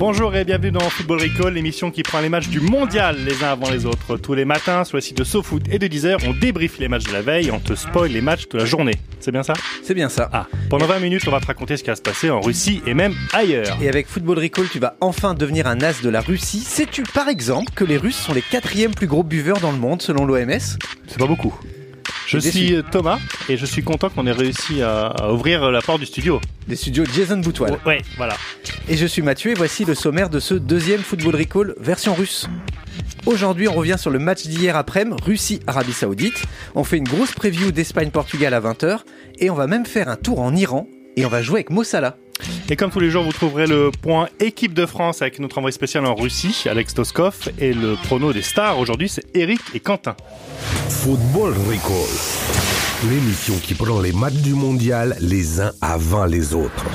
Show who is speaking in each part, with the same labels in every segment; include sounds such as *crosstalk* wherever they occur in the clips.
Speaker 1: Bonjour et bienvenue dans Football Recall, l'émission qui prend les matchs du mondial les uns avant les autres. Tous les matins, sur le site de SoFoot et de Deezer, on débriefe les matchs de la veille, on te spoil les matchs de la journée. C'est bien ça
Speaker 2: C'est bien ça.
Speaker 1: Ah, pendant 20 minutes, on va te raconter ce qui va se passer en Russie et même ailleurs.
Speaker 2: Et avec Football Recall, tu vas enfin devenir un as de la Russie. Sais-tu par exemple que les Russes sont les quatrièmes plus gros buveurs dans le monde selon l'OMS
Speaker 1: C'est pas beaucoup. Je
Speaker 2: Déçu.
Speaker 1: suis euh, Thomas et je suis content qu'on ait réussi à, à ouvrir euh, la porte du studio.
Speaker 2: Des studios Jason Boutoil.
Speaker 1: Ouais, voilà.
Speaker 2: Et je suis Mathieu et voici le sommaire de ce deuxième Football Recall version russe. Aujourd'hui, on revient sur le match d'hier après-midi, Russie-Arabie Saoudite. On fait une grosse preview d'Espagne-Portugal à 20h et on va même faire un tour en Iran et on va jouer avec Mossala.
Speaker 1: Et comme tous les jours, vous trouverez le point équipe de France avec notre envoyé spécial en Russie, Alex Toskov, et le prono des stars aujourd'hui, c'est Eric et Quentin.
Speaker 3: Football Recall. L'émission qui prend les matchs du mondial les uns avant les autres.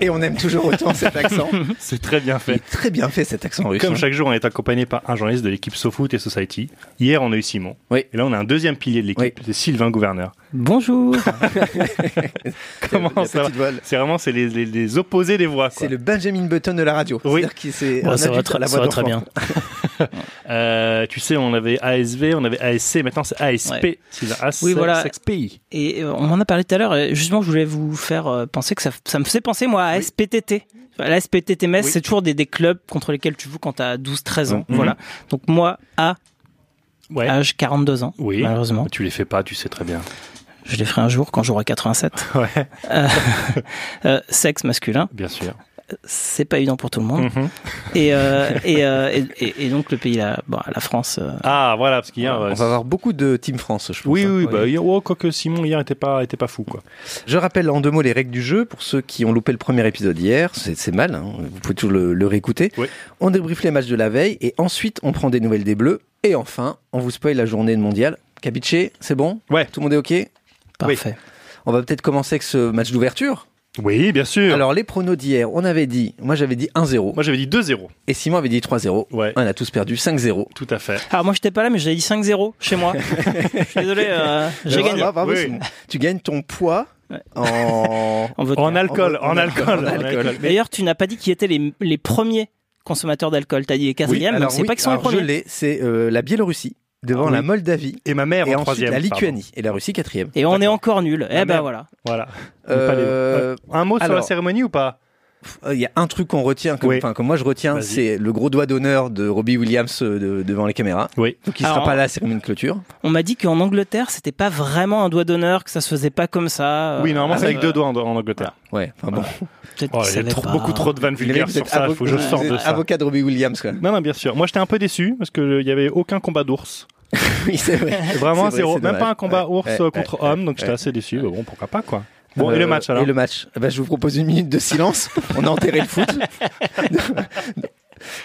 Speaker 2: Et on aime toujours autant cet
Speaker 1: *laughs*
Speaker 2: accent.
Speaker 1: C'est très bien
Speaker 2: Il
Speaker 1: fait.
Speaker 2: est très bien fait cet accent russe.
Speaker 1: Comme
Speaker 2: hein.
Speaker 1: chaque jour, on est accompagné par un journaliste de l'équipe SoFoot et Society. Hier, on a eu Simon.
Speaker 2: Oui.
Speaker 1: Et là, on a un deuxième pilier de l'équipe,
Speaker 2: Oui.
Speaker 1: c'est Sylvain
Speaker 2: *laughs*
Speaker 1: Gouverneur.
Speaker 4: Bonjour.
Speaker 2: La
Speaker 1: Comment ça va
Speaker 2: petite voile.
Speaker 1: C'est vraiment c'est les, les- les opposés des voix. quoi.
Speaker 2: C'est le Benjamin Button de la radio.
Speaker 1: Oui.
Speaker 2: C'est-à-dire qu'il- c'est
Speaker 4: Bon,
Speaker 2: un
Speaker 4: ça va,
Speaker 2: adulte à
Speaker 4: très-
Speaker 2: la
Speaker 4: ça
Speaker 2: voix
Speaker 4: va très
Speaker 2: d'enfant.
Speaker 4: bien.
Speaker 1: Euh, tu sais, on avait ASV, on avait ASC, maintenant c'est ASP.
Speaker 4: Ouais.
Speaker 1: Sylvain, ASC,
Speaker 4: Oui, voilà.
Speaker 1: SXPI.
Speaker 4: Et euh, on en a parlé tout à l'heure. et Justement, je voulais vous faire euh, penser que ça, ça me faisait penser, moi, à SPTT. Enfin, La SPTTMS,
Speaker 1: Oui.
Speaker 4: c'est toujours des, des clubs contre lesquels tu joues quand t'as 12-13 ans.
Speaker 1: Mhm.
Speaker 4: Voilà. Donc, moi, à
Speaker 1: Ouais.
Speaker 4: âge 42 ans,
Speaker 1: Oui.
Speaker 4: malheureusement.
Speaker 1: Tu les fais pas, tu sais très bien.
Speaker 4: Je les ferai un jour quand j'aurai *laughs* 87.
Speaker 1: Ouais,
Speaker 4: Euh, euh, sexe masculin,
Speaker 1: bien sûr. Mhm.
Speaker 4: c'est pas évident pour tout le monde. Et, euh, *laughs* et, euh, et- et- et donc, le pays, la, bon, la France. euh,
Speaker 1: Ah, voilà, parce qu'hier. euh,
Speaker 2: On va avoir beaucoup de Team France, je pense.
Speaker 1: Oui,
Speaker 2: hein.
Speaker 1: oui, bah, hier, oh, quoique Simon, hier, était pas, était pas fou, quoi.
Speaker 2: Je rappelle en deux mots les règles du jeu pour ceux qui ont loupé le premier épisode hier. C'est c'est mal, hein, vous pouvez toujours le, le réécouter.
Speaker 1: Oui.
Speaker 2: On débriefe les matchs de la veille et ensuite on prend des nouvelles des Bleus. Et enfin, on vous spoil la journée de mondiale. Kabiche, c'est bon
Speaker 1: Ouais.
Speaker 2: Tout le monde est OK
Speaker 4: parfait.
Speaker 2: On va peut-être commencer avec ce match d'ouverture.
Speaker 1: Oui, bien sûr.
Speaker 2: Alors, les pronos d'hier, on avait dit, moi j'avais dit 1-0
Speaker 1: Moi, j'avais dit 2-0.
Speaker 2: et Simon avait dit 3-0.
Speaker 1: Ouais.
Speaker 2: On a tous perdu 5-0.
Speaker 1: Tout à fait.
Speaker 4: Alors, moi, j'étais pas là, mais j'avais dit 5-0 chez *laughs* moi. je suis désolé, euh, j'ai
Speaker 2: Bravo,
Speaker 4: gagné.
Speaker 2: Bah, bravo,
Speaker 1: Oui.
Speaker 2: Simon. Tu gagnes ton poids
Speaker 4: Ouais. *laughs*
Speaker 2: en.
Speaker 4: En vodka.
Speaker 1: En alcool,
Speaker 2: En-
Speaker 1: en alcool.
Speaker 2: en
Speaker 1: en
Speaker 2: alcool.
Speaker 1: alcool. Mais
Speaker 4: D'ailleurs, tu n'as pas dit qui étaient les, les premiers consommateurs d'alcool. Tu as dit les quatrièmes, mais on
Speaker 2: alors
Speaker 4: sait
Speaker 2: oui,
Speaker 4: pas qui sont les
Speaker 2: alors je
Speaker 4: premiers.
Speaker 2: l'ai, c'est euh, la Biélorussie devant
Speaker 1: Ah oui.
Speaker 2: la Moldavie
Speaker 1: Et ma mère
Speaker 2: et
Speaker 1: en
Speaker 2: ensuite
Speaker 1: troisième.
Speaker 2: la
Speaker 1: pardon.
Speaker 2: Lituanie et la Russie quatrième.
Speaker 4: Et on est encore nul.
Speaker 1: Ah,
Speaker 4: Eh ben
Speaker 1: merde.
Speaker 4: voilà.
Speaker 1: Voilà.
Speaker 2: Euh,
Speaker 1: Pas les- Euh, Un mot sur la
Speaker 2: alors-
Speaker 1: cérémonie ou pas
Speaker 2: Il y a un truc qu'on retient, que-
Speaker 1: Oui.
Speaker 2: enfin que moi je retiens,
Speaker 1: Vas-y.
Speaker 2: c'est le gros doigt d'honneur de Robbie Williams euh, de- devant les caméras.
Speaker 1: Oui.
Speaker 2: Donc il sera
Speaker 4: Alors-
Speaker 2: pas là à la cérémonie de clôture.
Speaker 4: On m'a dit qu'en Angleterre, c'était pas vraiment un doigt d'honneur, que ça se faisait pas comme ça.
Speaker 1: Oui,
Speaker 4: Euh,
Speaker 1: normalement,
Speaker 2: ah,
Speaker 1: c'est avec
Speaker 4: euh,
Speaker 1: deux doigts en, en Angleterre.
Speaker 2: Ouais. Enfin bon.
Speaker 4: Peut-être
Speaker 1: Oh,
Speaker 4: qu'ils
Speaker 1: il y a
Speaker 4: savaient
Speaker 1: trop-
Speaker 4: pas.
Speaker 1: beaucoup trop de vannes
Speaker 2: Les mecs,
Speaker 1: vulgaires
Speaker 2: vous
Speaker 1: sur
Speaker 2: êtes
Speaker 1: ça. Il
Speaker 2: avo-
Speaker 1: faut que je
Speaker 2: vous
Speaker 1: sorte de
Speaker 2: êtes
Speaker 1: ça.
Speaker 2: Avocat de Robbie
Speaker 1: *laughs*
Speaker 2: Williams quoi.
Speaker 1: Non, non, bien sûr. Moi, j'étais un peu déçu parce qu'il n'y avait aucun combat
Speaker 2: *laughs*
Speaker 1: d'ours.
Speaker 2: oui c'est vrai. *laughs*
Speaker 1: Vraiment,
Speaker 2: C'est vrai,
Speaker 1: zéro.
Speaker 2: c'est
Speaker 1: Même
Speaker 2: dommage.
Speaker 1: pas un combat
Speaker 2: Ouais,
Speaker 1: ours
Speaker 2: ouais,
Speaker 1: euh, contre
Speaker 2: ouais,
Speaker 1: homme, donc
Speaker 2: ouais.
Speaker 1: j'étais assez déçu. Mais bon, pourquoi pas, quoi. Bon, et
Speaker 2: Euh,
Speaker 1: le match alors
Speaker 2: Et le match. Eh ben, je vous propose une minute de silence. On a enterré
Speaker 1: *laughs*
Speaker 2: le foot.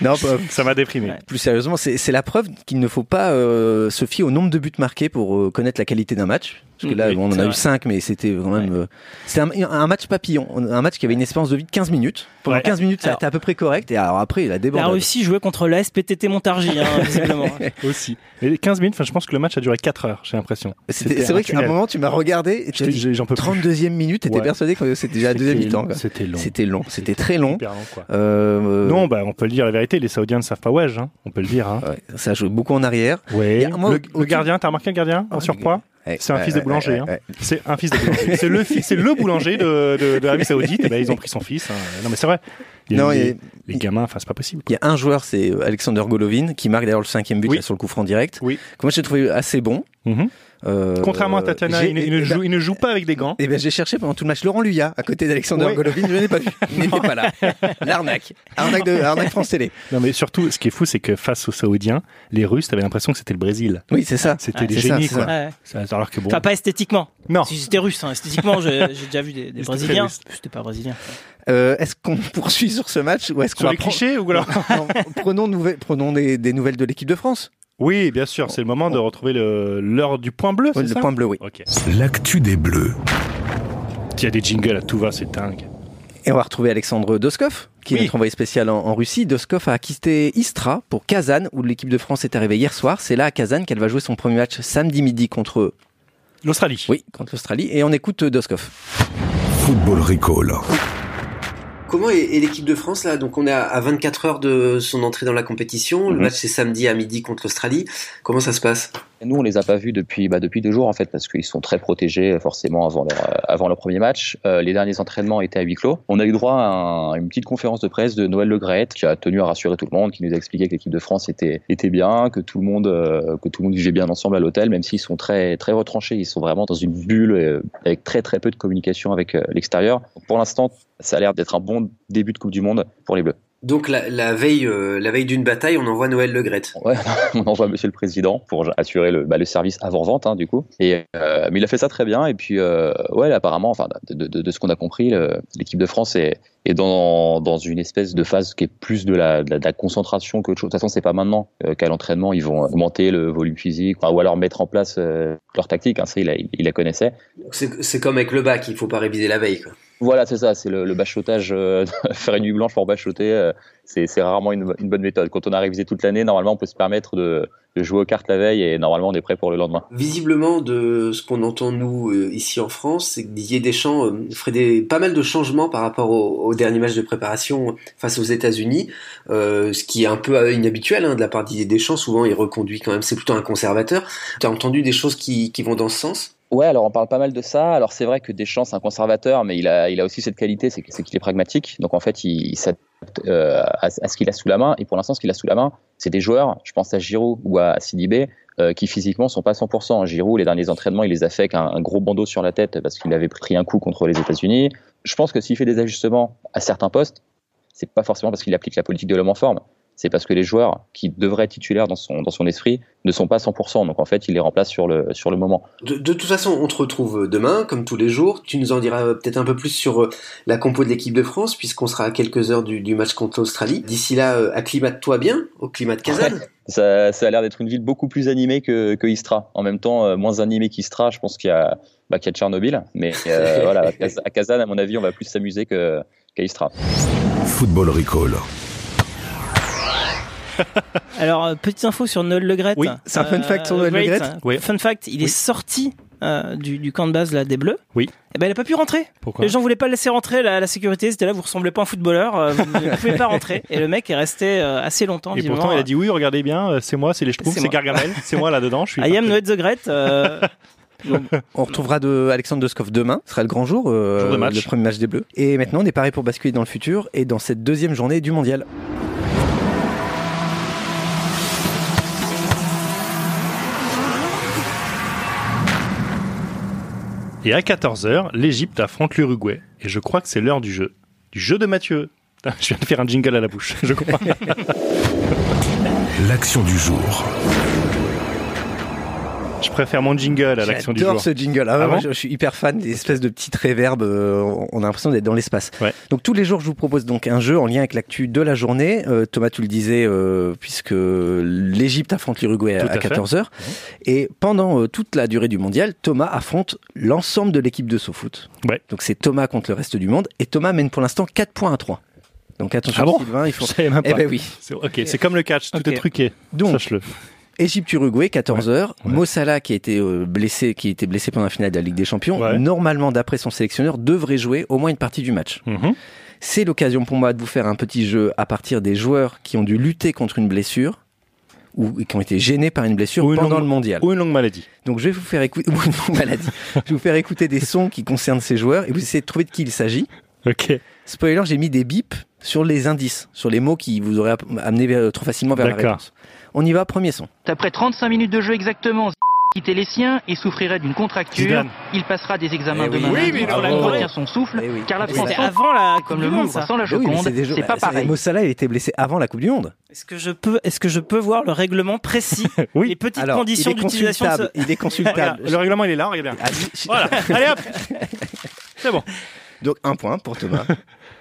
Speaker 2: non, pas-
Speaker 1: Ça m'a déprimé.
Speaker 2: plus sérieusement, c'est c'est la preuve qu'il ne faut pas euh, se fier au nombre de buts marqués pour euh, connaître la qualité d'un match. Parce que
Speaker 1: Mm,
Speaker 2: là,
Speaker 4: Oui,
Speaker 2: bon, on en
Speaker 4: c'est
Speaker 2: a eu
Speaker 4: vrai.
Speaker 2: 5, mais c'était quand même. euh, c'était un, un match papillon, un match qui avait une espérance de vie de 15 minutes. Pendant
Speaker 1: Ouais.
Speaker 2: 15 minutes, ça a
Speaker 4: Alors-
Speaker 2: été à peu près correct. Et alors après, il a
Speaker 4: La
Speaker 2: débordé.
Speaker 4: Russie jouait contre la SPTT
Speaker 2: *laughs*
Speaker 4: Montargis, hein, visiblement.
Speaker 1: Aussi. Mais 15 minutes, enfin, je pense que le match a duré 4 heures, j'ai l'impression.
Speaker 2: C'était- C'est vrai qu'à un moment, tu m'as regardé et tu as dit
Speaker 1: J'en peux plus.
Speaker 2: 32 e minute, t'étais
Speaker 1: Ouais.
Speaker 2: persuadé que c'était déjà la deuxième
Speaker 1: C'était
Speaker 2: mi-temps.
Speaker 1: long,
Speaker 2: quoi.
Speaker 1: C'était long.
Speaker 2: C'était long, c'était très long.
Speaker 1: Hyper long, quoi.
Speaker 2: Euh,
Speaker 1: Non, bah, on peut le dire la vérité, les Saoudiens ne savent pas Wedge, hein. on peut le dire. Hein.
Speaker 2: ouais, ça joue beaucoup en arrière.
Speaker 1: Ouais.
Speaker 2: Et moi, Ah,
Speaker 1: le,
Speaker 2: au-
Speaker 1: le
Speaker 2: au-
Speaker 1: gardien, t'as remarqué le gardien en
Speaker 2: Ouais,
Speaker 1: surpoids
Speaker 2: Ouais,
Speaker 1: C'est un
Speaker 2: ouais,
Speaker 1: fils de
Speaker 2: ouais,
Speaker 1: boulanger,
Speaker 2: ouais,
Speaker 1: hein.
Speaker 2: ouais.
Speaker 1: C'est un
Speaker 2: *laughs*
Speaker 1: fils de boulanger. c'est le fils, c'est le boulanger de, de, de l'Arabie Saoudite. Et ben, ils ont pris son fils. hein. Non, mais c'est vrai. Il y a
Speaker 2: Non,
Speaker 1: eu
Speaker 2: et-
Speaker 1: les, les gamins, enfin, c'est pas possible.
Speaker 2: Il y a un joueur, c'est euh, Alexander Golovin, qui marque d'ailleurs le cinquième but
Speaker 1: Oui.
Speaker 2: là, sur le coup franc direct.
Speaker 1: Oui.
Speaker 2: Que moi j'ai trouvé assez bon.
Speaker 1: Mhm.
Speaker 2: Euh,
Speaker 1: Contrairement à Tatiana,
Speaker 2: j'ai-
Speaker 1: il, ne- il ne
Speaker 2: eh ben-
Speaker 1: joue, il ne joue pas avec des gants.
Speaker 2: Eh ben j'ai cherché pendant tout le match Laurent Luya à côté d'Alexander
Speaker 1: Oui.
Speaker 2: Golovin, je
Speaker 1: *laughs*
Speaker 2: n'ai pas vu, il n'était pas là. L'arnaque, arnaque de arnaque France Télé.
Speaker 1: Non, mais surtout, ce qui est fou, c'est que face aux Saoudiens, les Russes, t'avais l'impression que c'était le Brésil.
Speaker 2: Oui c'est ça.
Speaker 1: C'était
Speaker 4: Ah,
Speaker 1: des
Speaker 2: c'est ça,
Speaker 1: génies,
Speaker 2: c'est
Speaker 1: quoi.
Speaker 4: Ouais.
Speaker 1: Ça- Alors que bon.
Speaker 4: Enfin, pas esthétiquement.
Speaker 1: Non.
Speaker 4: Si c'était russe, hein. esthétiquement,
Speaker 2: *laughs*
Speaker 4: je- j'ai déjà vu des,
Speaker 1: C'était
Speaker 4: des Brésiliens.
Speaker 1: russe.
Speaker 4: C'était pas brésilien.
Speaker 2: Euh, est-ce qu'on *laughs* poursuit sur ce match ou est-ce qu'on
Speaker 1: Sur
Speaker 2: va
Speaker 1: les clichés ou alors
Speaker 2: prendre- Non, prenons nouvelle- prenons des, des nouvelles de l'équipe de France
Speaker 1: Oui, bien sûr, c'est le moment de retrouver le- l'heure du point bleu, c'est
Speaker 2: le
Speaker 1: ça
Speaker 2: point bleu, oui.
Speaker 1: Ok.
Speaker 3: L'actu des Bleus.
Speaker 1: Il y a des jingles à tout va, c'est dingue.
Speaker 2: Et on va retrouver Alexandre Doskov, qui
Speaker 1: Oui.
Speaker 2: est notre envoyé spécial en, en Russie. Doskov a quitté Istra pour Kazan, où l'équipe de France est arrivée hier soir. C'est là à Kazan qu'elle va jouer son premier match samedi midi contre,
Speaker 1: L'Australie.
Speaker 2: oui, contre l'Australie. Et on écoute euh, Doskov.
Speaker 3: Football Recall.
Speaker 5: Comment est, est l'équipe de France là Donc on est à, à 24 heures de son entrée dans la compétition. Le
Speaker 6: Mhm.
Speaker 5: match c'est samedi à midi contre l'Australie. Comment ça se passe
Speaker 6: Et Nous, on les a pas vus depuis, bah, depuis deux jours en fait, parce qu'ils sont très protégés euh, forcément avant leur, euh, avant leur premier match. Euh, les derniers entraînements étaient à huis clos. On a eu droit à un- une petite conférence de presse de Noël Le Graët, qui a tenu à rassurer tout le monde, qui nous a expliqué que l'équipe de France était, était bien, que tout le monde, euh, que tout le monde vivait bien ensemble à l'hôtel, même s'ils sont très, très retranchés. Ils sont vraiment dans une bulle euh, avec très, très peu de communication avec euh, l'extérieur. Donc, Pour l'instant, ça a l'air d'être un bon début de Coupe du Monde pour les Bleus.
Speaker 5: Donc la, la veille, euh, la veille d'une bataille, on envoie Noël Le Graët.
Speaker 6: Ouais, on envoie Monsieur le Président pour assurer le, bah, le service avant-vente, hein, du coup. Et, euh, mais il a fait ça très bien. Et puis, euh, ouais, apparemment, enfin, de, de- de ce qu'on a compris, le- l'équipe de France est, est dans, dans une espèce de phase qui est plus de la, de la- de la concentration que chose. De toute façon, c'est pas maintenant euh, qu'à l'entraînement, ils vont augmenter le volume physique enfin, ou alors mettre en place euh, leur tactique. Hein, ça, il la, il la connaissait.
Speaker 5: Donc, C'est c'est comme avec le bac, il faut pas réviser la veille. Quoi.
Speaker 6: Voilà, c'est ça, c'est le, le bachotage, euh, *laughs* faire une nuit blanche pour bachoter, euh, c'est c'est rarement une, une bonne méthode. Quand on a révisé toute l'année, normalement, on peut se permettre de, de jouer aux cartes la veille et normalement, on est prêt pour le lendemain.
Speaker 5: Visiblement, de ce qu'on entend nous euh, ici en France, c'est que Didier Deschamps euh, ferait des, pas mal de changements par rapport au, au dernier match de préparation face aux États-Unis, euh, ce qui est un peu euh, inhabituel hein, de la part de Didier Deschamps. Souvent, il reconduit quand même. C'est plutôt un conservateur. Tu as entendu des choses qui, qui vont dans ce sens
Speaker 6: Ouais, alors on parle pas mal de ça. Alors c'est vrai que Deschamps, c'est un conservateur, mais il a, il a aussi cette qualité, c'est que- c'est qu'il est pragmatique. Donc en fait, il, il s'adapte euh, à, à ce qu'il a sous la main. Et pour l'instant, ce qu'il a sous la main, c'est des joueurs, je pense à Giroud ou à Sidibé, euh, qui physiquement sont pas à 100%. Giroud, les derniers entraînements, il les a fait avec un, un gros bandeau sur la tête parce qu'il avait pris un coup contre les États-Unis. Je pense que s'il fait des ajustements à certains postes, c'est pas forcément parce qu'il applique la politique de l'homme en forme. C'est parce que les joueurs qui devraient être titulaires dans son, dans son esprit ne sont pas à 100%. Donc en fait, il les remplace sur le, sur le moment.
Speaker 5: De, de toute façon, on te retrouve euh, demain, comme tous les jours. Tu nous en diras euh, peut-être un peu plus sur euh, la compo de l'équipe de France, puisqu'on sera à quelques heures du, du match contre l'Australie. D'ici là, euh, acclimate-toi bien au climat de Kazan.
Speaker 6: Ça, ça a l'air d'être une ville beaucoup plus animée que, que Istra. En même temps, euh, moins animée qu'Istra, je pense qu'il y a, bah, qu'il y a Tchernobyl. Mais euh, voilà, à Kaz- à Kazan, à mon avis, on va plus s'amuser que- qu'à Istra.
Speaker 3: Football Recall.
Speaker 4: Alors, euh, petite info sur Noël Le Graët.
Speaker 1: Oui,
Speaker 2: c'est un fun fact sur Noël Le
Speaker 4: great.
Speaker 2: Graët.
Speaker 1: Oui.
Speaker 4: Fun fact, il est sorti euh, du, du camp de base là, des Bleus.
Speaker 1: Oui.
Speaker 4: Et ben, il a pas pu rentrer.
Speaker 1: Pourquoi
Speaker 4: Les gens voulaient pas le laisser rentrer, la, la sécurité, c'était là, vous ressemblez pas à un footballeur, euh, vous ne pouvez pas rentrer. Et le mec est resté euh, assez longtemps,
Speaker 1: Et
Speaker 4: visiblement,
Speaker 1: pourtant, il a dit oui, regardez bien, euh, c'est moi, c'est les Schtroumpfs,
Speaker 4: C'est
Speaker 1: c'est
Speaker 4: moi.
Speaker 1: Gargamel, c'est moi là-dedans,
Speaker 2: *laughs*
Speaker 1: je suis.
Speaker 4: euh, I am Noël The Great. euh,
Speaker 2: On retrouvera de Alexandre Doskov demain. Ce sera le grand jour, euh,
Speaker 1: Jour de match.
Speaker 2: le premier match des Bleus. Et maintenant, on est paré pour basculer dans le futur et dans cette deuxième journée du mondial.
Speaker 1: Et à 14h, l'Égypte affronte l'Uruguay. Et je crois que c'est l'heure du jeu. Du jeu de Mathieu. *laughs* Putain, Je viens de faire un jingle à la bouche, je comprends.
Speaker 3: L'action du jour.
Speaker 1: je préfère mon jingle à l'action du jour.
Speaker 2: J'adore ce jingle. Ah ouais,
Speaker 1: Ah
Speaker 2: moi,
Speaker 1: bon
Speaker 2: je, je suis hyper fan des espèces de petites réverbes. euh, on a l'impression d'être dans l'espace.
Speaker 1: Ouais.
Speaker 2: Donc tous les jours, je vous propose donc un jeu en lien avec l'actu de la journée. Euh, Thomas, tu le disais, euh, puisque l'Égypte affronte l'Uruguay à,
Speaker 1: Tout à Mhm.
Speaker 2: 14 h Et pendant euh, toute la durée du mondial, Thomas affronte l'ensemble de l'équipe de SoFoot.
Speaker 1: Ouais.
Speaker 2: Donc c'est Thomas contre le reste du monde. Et Thomas mène pour l'instant 4 points à 3. Donc attention,
Speaker 1: Ah bon
Speaker 2: Sylvain, il
Speaker 1: Je
Speaker 2: faut.
Speaker 1: savais même
Speaker 2: Eh
Speaker 1: pas.
Speaker 2: ben oui.
Speaker 1: C'est- Ok, c'est comme le catch, tout
Speaker 4: Ok.
Speaker 1: est truqué.
Speaker 2: Donc,
Speaker 1: Sache-le.
Speaker 2: Égypte-Uruguay, 14h.
Speaker 1: ouais.
Speaker 2: Mossala, qui a été euh, blessé, qui était blessé pendant la finale de la Ligue des Champions,
Speaker 1: Ouais.
Speaker 2: normalement, d'après son sélectionneur, devrait jouer au moins une partie du match.
Speaker 1: Mhm.
Speaker 2: C'est l'occasion pour moi de vous faire un petit jeu à partir des joueurs qui ont dû lutter contre une blessure ou qui ont été gênés par une blessure
Speaker 1: Ou une
Speaker 2: pendant
Speaker 1: longue-
Speaker 2: le mondial.
Speaker 1: Ou une longue maladie.
Speaker 2: Donc je vais vous faire écouter, *laughs* ou une maladie. je vais vous faire écouter des sons qui concernent ces joueurs et vous essayez de trouver de qui il s'agit.
Speaker 1: Ok,
Speaker 2: Spoiler, j'ai mis des bips sur les indices, sur les mots qui vous auraient ap- amené vers- trop facilement vers la
Speaker 1: d'accord.
Speaker 2: réponse. On y va, premier son.
Speaker 7: Après 35 minutes de jeu exactement, quittait les siens et souffrirait d'une contracture.
Speaker 1: Zidane.
Speaker 7: Il passera des examens
Speaker 2: Eh
Speaker 7: de
Speaker 2: oui.
Speaker 7: main.
Speaker 2: Oui, mais il
Speaker 7: il
Speaker 2: aurait la
Speaker 7: retient
Speaker 4: corée.
Speaker 7: son souffle,
Speaker 2: Eh *laughs* oui.
Speaker 7: car l'absence
Speaker 4: C'était
Speaker 7: sans-
Speaker 4: avant la Coupe
Speaker 7: comme
Speaker 4: du
Speaker 7: le
Speaker 4: Monde,
Speaker 7: monde
Speaker 4: ça.
Speaker 7: sans la
Speaker 2: Oui, mais
Speaker 7: Joconde,
Speaker 2: des jeux-
Speaker 7: Ah, c'est pas
Speaker 2: bah,
Speaker 7: pareil.
Speaker 2: Mossala, il était blessé avant la Coupe du Monde.
Speaker 4: Est-ce que je peux, est-ce que je peux voir le règlement précis,
Speaker 1: *laughs* Oui.
Speaker 4: les petites
Speaker 2: Alors,
Speaker 4: conditions
Speaker 2: il est
Speaker 4: d'utilisation de ce-
Speaker 2: consultable. Il est
Speaker 1: Regarde,
Speaker 2: consultable.
Speaker 1: le règlement, il est là, regarde bien.
Speaker 2: Ah, je-
Speaker 1: Voilà, allez hop C'est bon.
Speaker 2: *laughs* Donc un point pour Thomas.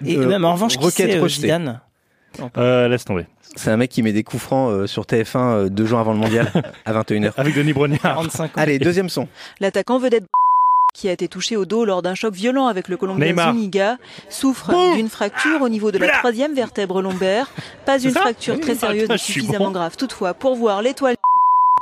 Speaker 4: Et
Speaker 2: Euh,
Speaker 4: même en revanche, qui
Speaker 2: requête
Speaker 4: c'est, euh,
Speaker 2: rejetée.
Speaker 4: Zidane
Speaker 1: Euh, laisse tomber.
Speaker 2: C'est un mec qui met des coups francs euh, sur TF1 euh, deux jours avant le mondial à 21h.
Speaker 1: Avec Denis *laughs* Brognard.
Speaker 4: 45 ans.
Speaker 2: Allez, deuxième son.
Speaker 8: L'attaquant vedette qui a été touché au dos lors d'un choc violent avec le Colombien
Speaker 1: Neymar.
Speaker 8: Zuniga souffre d'une fracture au niveau de la troisième vertèbre lombaire. Pas une
Speaker 1: ça
Speaker 8: fracture très
Speaker 1: Oui.
Speaker 8: sérieuse
Speaker 1: Ah,
Speaker 8: mais
Speaker 1: je suis
Speaker 8: suffisamment
Speaker 1: bon.
Speaker 8: grave. Toutefois, pour voir l'étoile
Speaker 1: Tout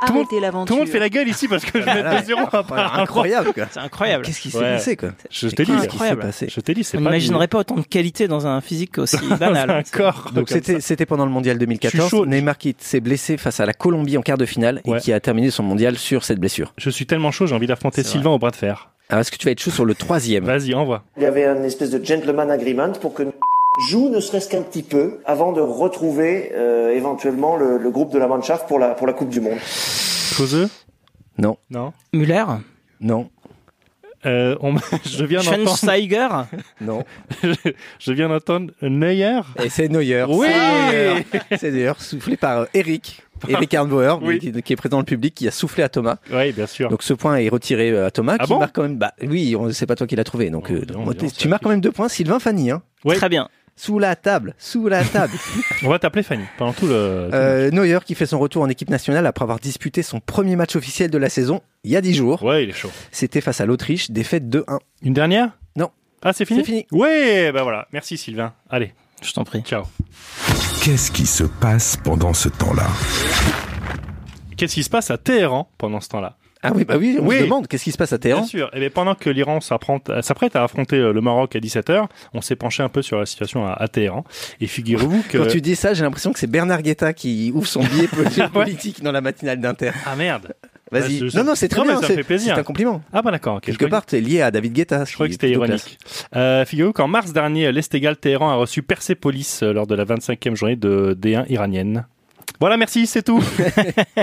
Speaker 1: le monde-
Speaker 8: arrêter
Speaker 1: Tout
Speaker 8: l'aventure.
Speaker 1: le monde fait la gueule ici parce
Speaker 2: Ah
Speaker 1: que je mets 2-0 à
Speaker 2: Voilà,
Speaker 1: part un croix.
Speaker 2: incroyable quoi.
Speaker 4: C'est incroyable.
Speaker 2: Qu'est-ce qui s'est
Speaker 1: Ouais.
Speaker 2: passé quoi
Speaker 1: Je t'ai
Speaker 2: Qu'est-ce
Speaker 1: dit.
Speaker 2: qui s'est
Speaker 4: Incroyable.
Speaker 2: passé
Speaker 1: Je t'ai dit, Ah, c'est
Speaker 4: On
Speaker 1: pas du-
Speaker 4: n'imaginerait pas autant de qualité dans un physique
Speaker 1: *laughs*
Speaker 4: aussi banal.
Speaker 1: un corps.
Speaker 2: Donc
Speaker 1: comme
Speaker 2: c'était c'était pendant le mondial
Speaker 1: Je suis chaud.
Speaker 2: 2014. Neymar qui s'est blessé face à la Colombie en quart de finale
Speaker 1: Ouais.
Speaker 2: et qui a terminé son mondial sur cette blessure.
Speaker 1: Je suis tellement chaud, j'ai envie d'affronter
Speaker 4: C'est
Speaker 1: Sylvain au bras de fer.
Speaker 2: Alors est-ce que tu vas être chaud sur le troisième
Speaker 1: Vas-y, envoie.
Speaker 9: Il y avait un espèce de gentleman agreement pour que joue ne serait-ce qu'un petit peu avant de retrouver euh, éventuellement le, le groupe de la Mannschaft pour la, pour la Coupe du Monde.
Speaker 1: Choseux
Speaker 2: Non.
Speaker 1: E Non.
Speaker 4: Muller,
Speaker 2: Non,
Speaker 1: Euh, on... *laughs* je viens d'entendre.
Speaker 4: Schweinsteiger,
Speaker 2: non.
Speaker 1: *laughs* Je viens d'entendre Neuer.
Speaker 2: Et c'est Neuer.
Speaker 1: Oui.
Speaker 2: C'est Neuer. C'est d'ailleurs soufflé par euh, Eric. Eric Arnbauer,
Speaker 1: Oui.
Speaker 2: qui, qui est présent dans le public, qui a soufflé à Thomas.
Speaker 1: Oui, bien sûr.
Speaker 2: Donc ce point est retiré euh, à Thomas,
Speaker 1: Ah
Speaker 2: qui
Speaker 1: bon
Speaker 2: marque quand même. Bah oui, on c'est pas toi qui l'as trouvé. Donc
Speaker 1: Oh,
Speaker 2: euh,
Speaker 1: non,
Speaker 2: moi,
Speaker 1: non,
Speaker 2: tu
Speaker 1: ça
Speaker 2: marques quand même deux points, Sylvain Fanny. Hein.
Speaker 1: Oui.
Speaker 4: très bien.
Speaker 2: Sous la table, sous
Speaker 1: *laughs*
Speaker 2: la table.
Speaker 1: On va t'appeler Fanny pendant tout le.
Speaker 2: Euh, Neuer qui fait son retour en équipe nationale après avoir disputé son premier match officiel de la saison il y a 10 jours.
Speaker 1: Ouais, il est chaud.
Speaker 2: C'était face à l'Autriche, défaite 2-1.
Speaker 1: Une dernière
Speaker 2: Non.
Speaker 1: Ah, c'est fini
Speaker 2: C'est fini.
Speaker 1: Ouais, bah voilà. Merci Sylvain. Allez,
Speaker 4: Je t'en prie.
Speaker 1: ciao.
Speaker 3: Qu'est-ce qui se passe pendant ce temps-là
Speaker 1: Qu'est-ce qui se passe à Téhéran pendant ce temps-là
Speaker 2: Ah oui, bah oui, on
Speaker 1: Oui.
Speaker 2: se demande qu'est-ce qui se passe à
Speaker 1: Bien
Speaker 2: Téhéran.
Speaker 1: sûr. Et bien, pendant que l'Iran s'apprête s'apprête à affronter euh, le Maroc à 17h, on s'est penché un peu sur la situation à, à Téhéran. Et figurez-vous que.
Speaker 2: Quand tu dis ça, j'ai l'impression que c'est Bernard Guetta qui
Speaker 1: *laughs*
Speaker 2: ouvre son billet politique dans la matinale d'Inter.
Speaker 1: Ah merde
Speaker 2: Vas-y.
Speaker 1: Bah, je-
Speaker 2: non, non, c'est très
Speaker 1: Non, mais
Speaker 2: bien.
Speaker 1: ça
Speaker 2: c'est-
Speaker 1: fait plaisir.
Speaker 2: C'est un compliment.
Speaker 1: Ah bah d'accord, ok. Je
Speaker 2: Quelque
Speaker 1: crois-
Speaker 2: part, t'es lié à David Guetta.
Speaker 1: Je crois que c'était ironique. Euh, Figurez-vous qu'en mars dernier, l'Estégal Téhéran a reçu Persepolis euh, lors de la 25e journée de D1 iranienne. Voilà, merci, c'est
Speaker 2: *laughs*
Speaker 1: tout.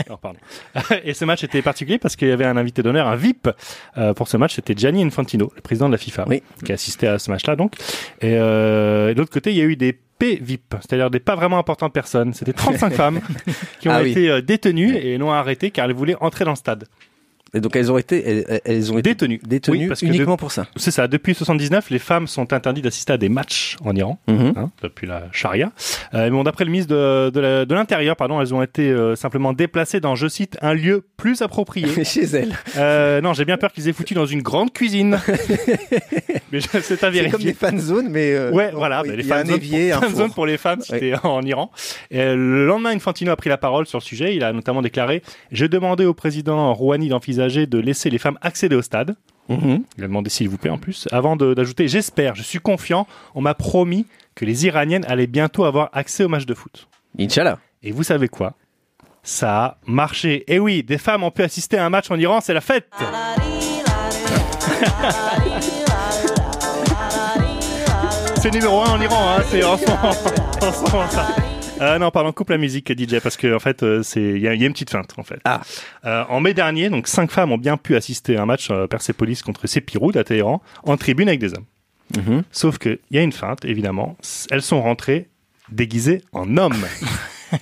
Speaker 1: Non, pardon. *laughs* Et ce match était particulier parce qu'il y avait un invité d'honneur, un VIP. euh, pour ce match, c'était Gianni Infantino, le président de la FIFA,
Speaker 2: Oui.
Speaker 1: qui assistait à ce match-là. Donc, et, euh, et de l'autre côté, il y a eu des P VIP, c'est-à-dire des pas vraiment importantes personnes. C'était 35
Speaker 2: *laughs*
Speaker 1: femmes qui ont
Speaker 2: Ah oui.
Speaker 1: été euh, détenues et non arrêtées car elles voulaient entrer dans le stade.
Speaker 2: Et donc elles ont été, elles, elles ont été
Speaker 1: Détenues.
Speaker 2: détenues
Speaker 1: Oui, parce que
Speaker 2: uniquement pour ça.
Speaker 1: C'est ça. Depuis 79, les femmes sont interdites d'assister à des matchs en Iran,
Speaker 2: Mhm.
Speaker 1: hein, depuis la charia. Euh, mais bon, d'après le ministre de, de la- de l'Intérieur, pardon, elles ont été euh, simplement déplacées dans, je cite, un lieu plus approprié.
Speaker 2: *laughs* Chez elles.
Speaker 1: Euh, non, j'ai bien peur qu'ils aient foutu dans une grande
Speaker 2: *laughs*
Speaker 1: cuisine. mais je- c'est à
Speaker 2: C'est
Speaker 1: vérifier.
Speaker 2: comme des fan zones, mais euh,
Speaker 1: Ouais,
Speaker 2: on-
Speaker 1: voilà,
Speaker 2: il
Speaker 1: bah, les
Speaker 2: y a
Speaker 1: fan
Speaker 2: un
Speaker 1: zones
Speaker 2: évier, hein,
Speaker 1: pour,
Speaker 2: un
Speaker 1: fan
Speaker 2: four.
Speaker 1: zones pour les femmes, c'était en Iran. Et euh, le lendemain, Infantino a pris la parole sur le sujet. Il a notamment déclaré J'ai demandé au président Rouhani d'envisager de laisser les femmes accéder au stade.
Speaker 2: Mhm.
Speaker 1: Il a demandé s'il vous plaît en plus. Avant de- d'ajouter J'espère, je suis confiant, on m'a promis que les Iraniennes allaient bientôt avoir accès aux matchs de foot.
Speaker 2: Inch'Allah.
Speaker 1: Et vous savez quoi Ça a marché. Et oui, des femmes ont pu assister à un match en Iran, c'est la fête C'est numéro 1 en Iran, hein, c'est en *laughs* ce moment, en ce moment, ça. Euh, non, pardon, coupe la musique, DJ, parce que en fait, euh, c'est il y, a il y a une petite feinte en fait.
Speaker 2: Ah.
Speaker 1: Euh, en mai dernier, donc cinq femmes ont bien pu assister à un match euh, Persepolis contre Sepiroud à Téhéran en tribune avec des hommes.
Speaker 2: Mhm.
Speaker 1: Sauf que il y a une feinte, évidemment. S- Elles sont rentrées déguisées en
Speaker 2: *laughs*
Speaker 1: hommes.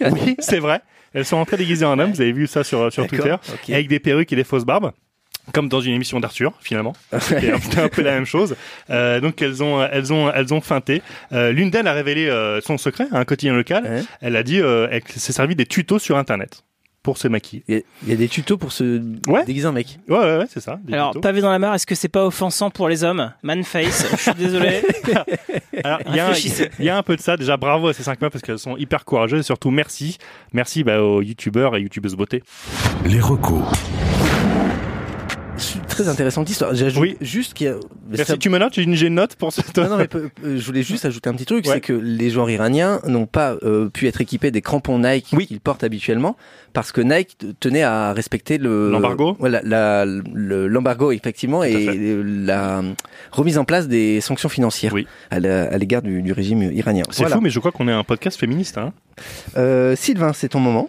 Speaker 2: Ah
Speaker 1: oui, c'est vrai. Elles sont rentrées déguisées en hommes. Vous avez vu ça sur euh, sur Twitter,
Speaker 2: D'accord, ok.
Speaker 1: avec des perruques et des fausses barbes. Comme dans une émission d'Arthur, finalement. C'était un- c'était un peu la même chose. Euh, donc elles ont, elles ont, elles ont feinté. Euh, L'une d'elles a révélé euh, son secret à un quotidien local.
Speaker 2: Ouais.
Speaker 1: Elle a dit, euh, elle s'est servi des tutos sur Internet pour se maquiller.
Speaker 2: Il y a- il y a des tutos pour se
Speaker 1: Ouais.
Speaker 2: déguiser en mec.
Speaker 1: Ouais, ouais, ouais, c'est ça. des
Speaker 4: Alors,
Speaker 1: tutos.
Speaker 4: pavé dans la mare, est-ce que c'est pas offensant pour les hommes Manface, je suis
Speaker 1: *laughs*
Speaker 4: désolé.
Speaker 1: Alors, il y, a un-
Speaker 4: Réfléchissez.
Speaker 1: il y a un peu de ça. Déjà, bravo à ces cinq meufs parce qu'elles sont hyper courageuses. Et surtout, merci, merci bah, aux youtubeurs et youtubeuses beauté.
Speaker 3: Les recos,
Speaker 2: C'est une Très intéressante histoire. J'ajoute
Speaker 1: Oui.
Speaker 2: juste qu'il y a. mais
Speaker 1: Merci.
Speaker 2: ça-
Speaker 1: Tu me notes J'ai une, j'ai une note pour cette.
Speaker 2: Non, non, mais peu- euh, je voulais juste ajouter un petit truc,
Speaker 1: Ouais.
Speaker 2: c'est que les joueurs iraniens n'ont pas euh, pu être équipés des crampons Nike
Speaker 1: Oui.
Speaker 2: qu'ils portent habituellement parce que Nike t- tenait à respecter le
Speaker 1: L'embargo
Speaker 2: Voilà, la- le- l'embargo effectivement
Speaker 1: à
Speaker 2: et
Speaker 1: fait.
Speaker 2: euh, la euh, remise en place des sanctions financières
Speaker 1: Oui.
Speaker 2: à la- à l'égard du, du régime iranien.
Speaker 1: *laughs* C'est
Speaker 2: Voilà.
Speaker 1: fou, mais je crois qu'on est un podcast féministe. Hein.
Speaker 2: Euh, Sylvain, c'est ton moment.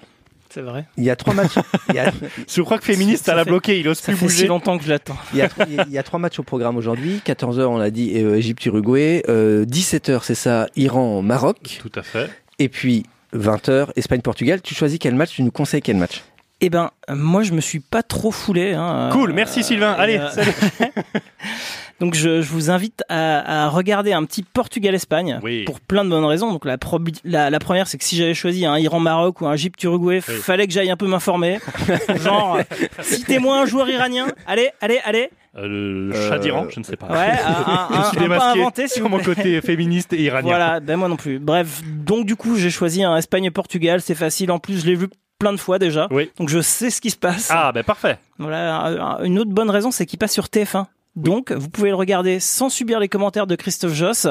Speaker 4: C'est vrai.
Speaker 2: Il y a trois matchs. Il y a,
Speaker 1: Je crois que féministe,
Speaker 4: Ça
Speaker 1: ça l'a
Speaker 4: fait-
Speaker 1: bloqué. Il ose
Speaker 4: Ça
Speaker 1: plus
Speaker 4: fait si
Speaker 1: bouger.
Speaker 4: longtemps que je l'attends.
Speaker 2: il y a- il y a trois matchs au programme aujourd'hui. 14 h on l'a dit, euh, Égypte-Uruguay. 17 h c'est ça, Iran-Maroc.
Speaker 1: Tout à fait.
Speaker 2: Et puis 20h, Espagne-Portugal. Tu choisis quel match, tu nous conseilles quel match
Speaker 4: Eh ben, euh, moi, je me suis pas trop foulé. hein, euh,
Speaker 1: Cool. Merci Sylvain.
Speaker 4: et,
Speaker 1: Allez.
Speaker 4: euh,
Speaker 1: salut.
Speaker 4: *laughs* Donc je, je vous invite à, à regarder un petit Portugal-Espagne pour plein de bonnes raisons. Donc la, probi- la, la première, c'est que si j'avais choisi un Iran-Maroc ou un Égypte-Uruguay, fallait que j'aille un
Speaker 1: *laughs*
Speaker 4: peu m'informer. Genre, citez-moi un joueur iranien. Allez, allez, allez.
Speaker 1: Euh, le le chat
Speaker 4: Euh,
Speaker 1: d'Iran, je ne sais pas.
Speaker 4: Ouais, un- un-
Speaker 1: *laughs* je suis
Speaker 4: Ah, un pas
Speaker 1: démasqué
Speaker 4: inventé, s'il
Speaker 1: sur
Speaker 4: vous
Speaker 1: mon
Speaker 4: plaît. *laughs*
Speaker 1: côté féministe et iranien.
Speaker 4: Voilà, ben moi non plus. Bref, donc du coup, j'ai choisi un Espagne-Portugal, c'est facile. En plus, je l'ai vu plein de fois déjà. Donc je sais ce qui se passe.
Speaker 1: Ah, ben parfait.
Speaker 4: Voilà, un- un- une autre bonne raison, c'est qu'il passe sur TF1. Donc, vous pouvez le regarder sans subir les commentaires de
Speaker 1: *laughs*
Speaker 4: Christophe Joss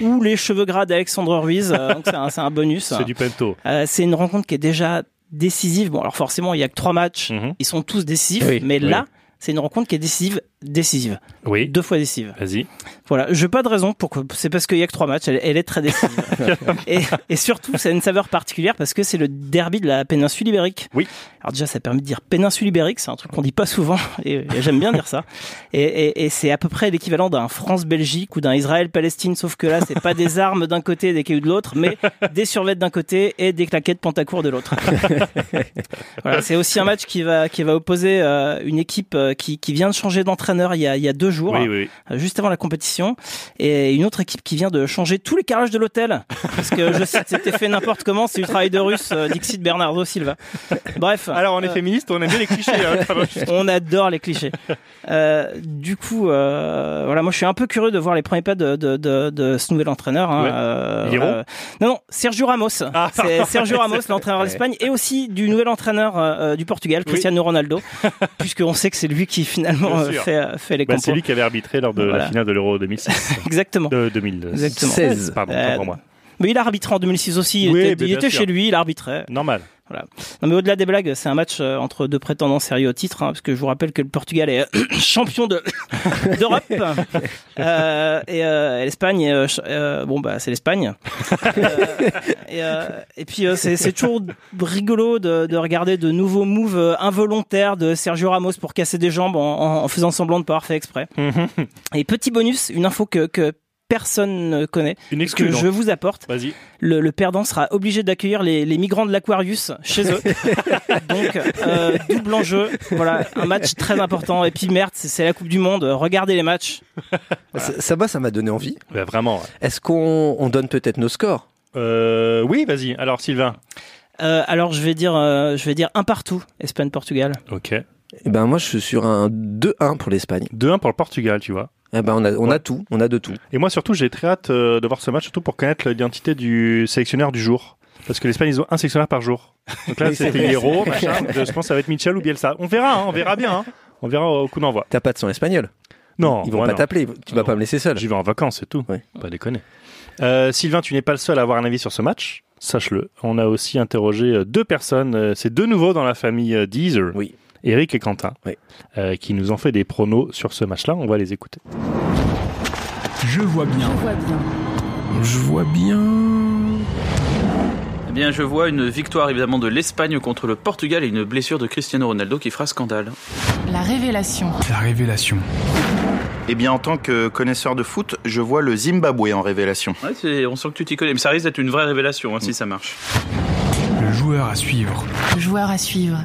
Speaker 4: ou les cheveux gras d'Alexandre Ruiz. Euh, donc, c'est un, c'est un bonus.
Speaker 1: C'est du pento.
Speaker 4: Euh, c'est une rencontre qui est déjà décisive. Bon, alors forcément, il y a que trois matchs.
Speaker 1: Mhm.
Speaker 4: Ils sont tous décisifs.
Speaker 1: Mm. Oui.
Speaker 4: mais là,
Speaker 1: Oui.
Speaker 4: c'est une rencontre qui est décisive, décisive.
Speaker 1: Oui.
Speaker 4: Deux fois décisive.
Speaker 1: Vas-y.
Speaker 4: Voilà, j'ai pas de raison pour que. C'est parce qu'il y a que trois matchs. Elle, elle est très décisive.
Speaker 1: *laughs*
Speaker 4: et, et surtout, ça a une saveur particulière parce que c'est le derby de la péninsule ibérique.
Speaker 1: Oui.
Speaker 4: Alors déjà, ça permet de dire péninsule ibérique. C'est un truc qu'on dit pas souvent et, et j'aime bien dire ça. Et, et- et c'est à peu près l'équivalent d'un France-Belgique ou d'un Israël-Palestine, sauf que là, c'est pas des armes d'un côté et des cailloux de l'autre, mais des survettes d'un côté et des claquettes pantacourt
Speaker 1: *laughs*
Speaker 4: de l'autre. Voilà, c'est aussi un match qui va, qui va opposer euh, une équipe euh, qui, qui vient de changer d'entraîneur il, y a- il y a deux jours,
Speaker 1: Oui, oui,
Speaker 4: euh, juste avant la compétition, et une autre équipe qui vient de changer tous les carrelages de l'hôtel. Parce que je cite, c'était fait n'importe comment, c'est du travail de russe, euh, Dixit Bernardo Silva. Bref. euh,
Speaker 1: Alors, on est féministe, on aime bien les clichés. hein.
Speaker 4: *laughs* on adore les clichés. Euh, du coup, euh, voilà, moi je suis un peu curieux de voir les premiers pas de, de, de, de ce nouvel entraîneur. hein.
Speaker 1: Ouais.
Speaker 4: Euh,
Speaker 1: Ils iront
Speaker 4: voilà. Non, non, Sergio Ramos. Ah, C'est Sergio Ramos, l'entraîneur
Speaker 1: Ouais.
Speaker 4: d'Espagne, et aussi du nouvel entraîneur euh, du Portugal, Cristiano Ronaldo, puisqu'on sait que c'est lui qui finalement
Speaker 1: Bien
Speaker 4: euh,
Speaker 1: sûr.
Speaker 4: fait, euh, fait les
Speaker 1: Bah,
Speaker 4: compos.
Speaker 1: C'est lui qui avait arbitré lors de
Speaker 4: Voilà.
Speaker 1: la finale de l'Euro
Speaker 4: *laughs*
Speaker 1: 2006.
Speaker 4: Exactement.
Speaker 1: De 2016.
Speaker 4: Exactement.
Speaker 1: Pardon,
Speaker 4: Euh,
Speaker 1: pour moi.
Speaker 4: Mais il a arbitré en 2006 aussi. Il
Speaker 1: Oui,
Speaker 4: était,
Speaker 1: mais
Speaker 4: il
Speaker 1: bien
Speaker 4: était
Speaker 1: sûr.
Speaker 4: chez lui, il arbitrait.
Speaker 1: Normal.
Speaker 4: Voilà. Non, mais au-delà des blagues, c'est un match euh, entre deux prétendants sérieux au titre, hein, parce que je vous rappelle que le Portugal est *coughs* champion de
Speaker 1: *laughs*
Speaker 4: d'Europe Euh, et, euh, et l'Espagne. euh, ch- euh, bon bah
Speaker 1: *laughs*
Speaker 4: c'est l'Espagne. Euh, et, euh, et puis euh, c'est c'est toujours rigolo de, de regarder de nouveaux moves euh, involontaires de Sergio Ramos pour casser des jambes en, en- en faisant semblant de pas avoir fait exprès.
Speaker 1: Mhm.
Speaker 4: Et petit bonus, une info que, que personne ne connaît,
Speaker 1: Une
Speaker 4: que
Speaker 1: exclue, donc.
Speaker 4: je vous apporte.
Speaker 1: Vas-y.
Speaker 4: Le, le perdant sera obligé d'accueillir les, les migrants de l'Aquarius chez eux. Donc, euh, double enjeu. Voilà, un match très important. Et puis merde, c'est- c'est la Coupe du Monde. Regardez les matchs.
Speaker 2: Ça, ça va, ça m'a donné envie.
Speaker 1: vraiment.
Speaker 2: Est-ce qu'on on donne peut-être nos scores
Speaker 1: Euh, oui, vas-y. Alors, Sylvain.
Speaker 4: Euh, alors, je vais dire, euh, je vais dire un partout. Espagne-Portugal.
Speaker 1: Ok.
Speaker 2: Eh ben moi je suis sur un 2-1 pour l'Espagne.
Speaker 1: 2-1 pour le Portugal, tu vois.
Speaker 2: Eh ben on a, on a tout, on a de tout.
Speaker 1: Et moi, surtout, j'ai très hâte euh, de voir ce match, surtout pour connaître l'identité du sélectionneur du jour. Parce que l'Espagne, ils ont un sélectionneur par jour. Donc là,
Speaker 2: Oui, c'est
Speaker 1: c'était
Speaker 2: vrai.
Speaker 1: Hierro, machin. Je pense que ça va être Michel ou Bielsa. On verra, hein, on verra bien. hein. On verra au coup d'envoi.
Speaker 2: T'as pas de son espagnol
Speaker 1: Non.
Speaker 2: Ils vont
Speaker 1: moi,
Speaker 2: pas
Speaker 1: non.
Speaker 2: t'appeler, tu vas pas me laisser seul.
Speaker 1: J'y vais en vacances, c'est tout. Pas déconner. Euh, Sylvain, tu n'es pas le seul à avoir un avis sur ce match. Sache-le. On a aussi interrogé euh, deux personnes. euh, C'est deux nouveaux dans la famille euh, Deezer.
Speaker 2: Oui.
Speaker 1: Eric et Quentin. euh, qui nous ont fait des pronos sur ce match-là. On va les écouter.
Speaker 10: Je vois bien.
Speaker 1: Je vois bien.
Speaker 11: Eh bien, je vois une victoire évidemment de l'Espagne contre le Portugal et une blessure de Cristiano Ronaldo qui fera scandale.
Speaker 12: La révélation.
Speaker 10: La révélation.
Speaker 13: Eh bien, en tant que connaisseur de foot, je vois le Zimbabwe en révélation.
Speaker 11: Ouais, c'est- on sent que tu t'y connais, mais ça risque d'être une vraie révélation hein, si ça marche.
Speaker 10: Le joueur à suivre.
Speaker 12: Joueur à suivre.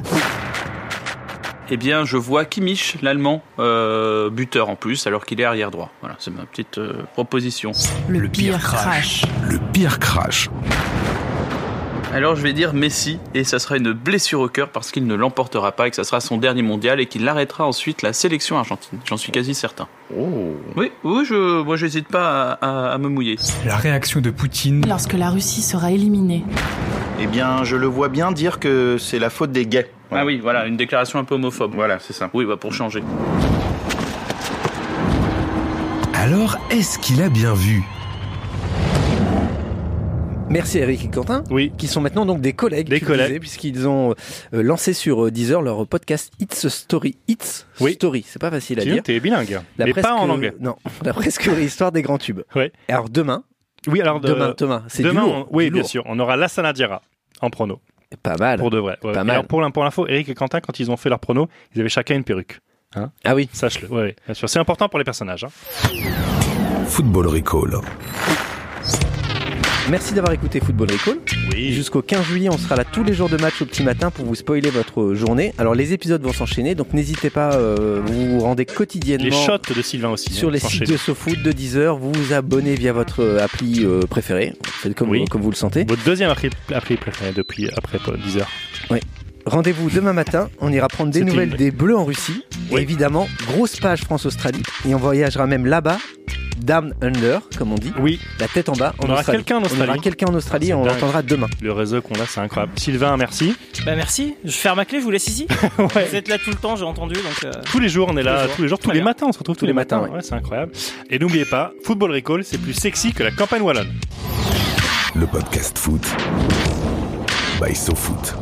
Speaker 11: Eh bien, je vois Kimmich, l'Allemand, euh, buteur en plus, alors qu'il est arrière droit. Voilà, c'est ma petite euh, proposition.
Speaker 12: Le, pire crash.
Speaker 10: Le pire crash.
Speaker 11: Alors, je vais dire Messi, et ça sera une blessure au cœur parce qu'il ne l'emportera pas, et que ça sera son dernier mondial, et qu'il arrêtera ensuite la sélection argentine. J'en suis quasi certain. Oui, oui, je, moi, j'hésite pas à- à- à me mouiller.
Speaker 10: La réaction de Poutine.
Speaker 12: Lorsque la Russie sera éliminée.
Speaker 13: Eh bien, je le vois bien dire que c'est la faute des gays.
Speaker 11: Ah oui, voilà, une déclaration un peu homophobe. Voilà, c'est ça. Oui, bah pour changer.
Speaker 3: Alors, est-ce qu'il a bien vu
Speaker 2: Merci Eric et Quentin, qui sont maintenant donc des collègues, des
Speaker 1: collègues.
Speaker 2: puisqu'ils ont euh, lancé sur euh, Deezer leur podcast It's a Story. It's Story, c'est pas facile à
Speaker 1: Sinon,
Speaker 2: dire. euh,
Speaker 1: t'es bilingue, mais pas en anglais.
Speaker 2: Non, *laughs* la presque histoire des grands tubes. Et Alors demain.
Speaker 1: Oui, alors de-
Speaker 2: demain, Thomas, c'est du
Speaker 1: demain,
Speaker 2: lourd,
Speaker 1: on- oui,
Speaker 2: du
Speaker 1: bien
Speaker 2: lourd.
Speaker 1: sûr. On aura Lassana Diarra en prono.
Speaker 2: Pas mal.
Speaker 1: Pour de vrai. ouais.
Speaker 2: Pas
Speaker 1: Et
Speaker 2: mal.
Speaker 1: alors, pour l'in- pour l'info, Eric et Quentin, quand ils ont fait leur prono, ils avaient chacun une perruque.
Speaker 2: ah oui.
Speaker 1: Sache-le. Ouais, ouais, bien sûr. C'est important pour les personnages. hein.
Speaker 3: Football Recall.
Speaker 2: Merci d'avoir écouté Football Recall. Jusqu'au 15 juillet, on sera là tous les jours de match au petit matin pour vous spoiler votre journée. Alors les épisodes vont s'enchaîner, donc n'hésitez pas, euh, vous vous rendez quotidiennement
Speaker 1: Les shots de Sylvain aussi.
Speaker 2: sur
Speaker 1: hein,
Speaker 2: les
Speaker 1: s'enchaînent.
Speaker 2: sites de SoFoot de 10h, vous vous abonnez via votre euh, appli euh, préférée, faites comme,
Speaker 1: Oui.
Speaker 2: comme vous le sentez.
Speaker 1: Votre deuxième appli, appli préférée depuis après euh, 10 heures.
Speaker 2: Oui. Rendez-vous demain matin, on ira prendre des
Speaker 1: C'était
Speaker 2: nouvelles
Speaker 1: une-
Speaker 2: des Bleus en Russie. Et évidemment, grosse page France-Australie. Et on voyagera même là-bas, down under, comme on dit.
Speaker 1: Oui.
Speaker 2: La tête en bas. en
Speaker 1: On aura
Speaker 2: Australie.
Speaker 1: quelqu'un en Australie.
Speaker 2: On aura quelqu'un en Australie,
Speaker 1: C'est
Speaker 2: on
Speaker 1: dingue.
Speaker 2: l'entendra demain.
Speaker 1: Le réseau qu'on a, c'est incroyable. Sylvain, merci.
Speaker 4: Bah merci, je ferme ma clé, je vous laisse ici. Vous êtes là tout le temps, j'ai entendu. Donc, euh,
Speaker 1: Tous les jours, on est là,
Speaker 4: jours.
Speaker 1: tous les jours, tous
Speaker 4: Très
Speaker 1: les
Speaker 4: bien.
Speaker 1: matins, on se retrouve tous,
Speaker 2: Tous
Speaker 1: les
Speaker 2: les
Speaker 1: matins.
Speaker 2: matins,
Speaker 1: ouais, c'est incroyable. Et n'oubliez pas, Football Recall, c'est plus sexy que la campagne wallonne.
Speaker 14: Le podcast foot by SoFoot.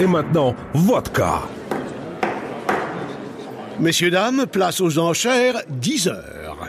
Speaker 14: Et maintenant, vodka.
Speaker 3: Messieurs, dames, place aux enchères, 10 heures.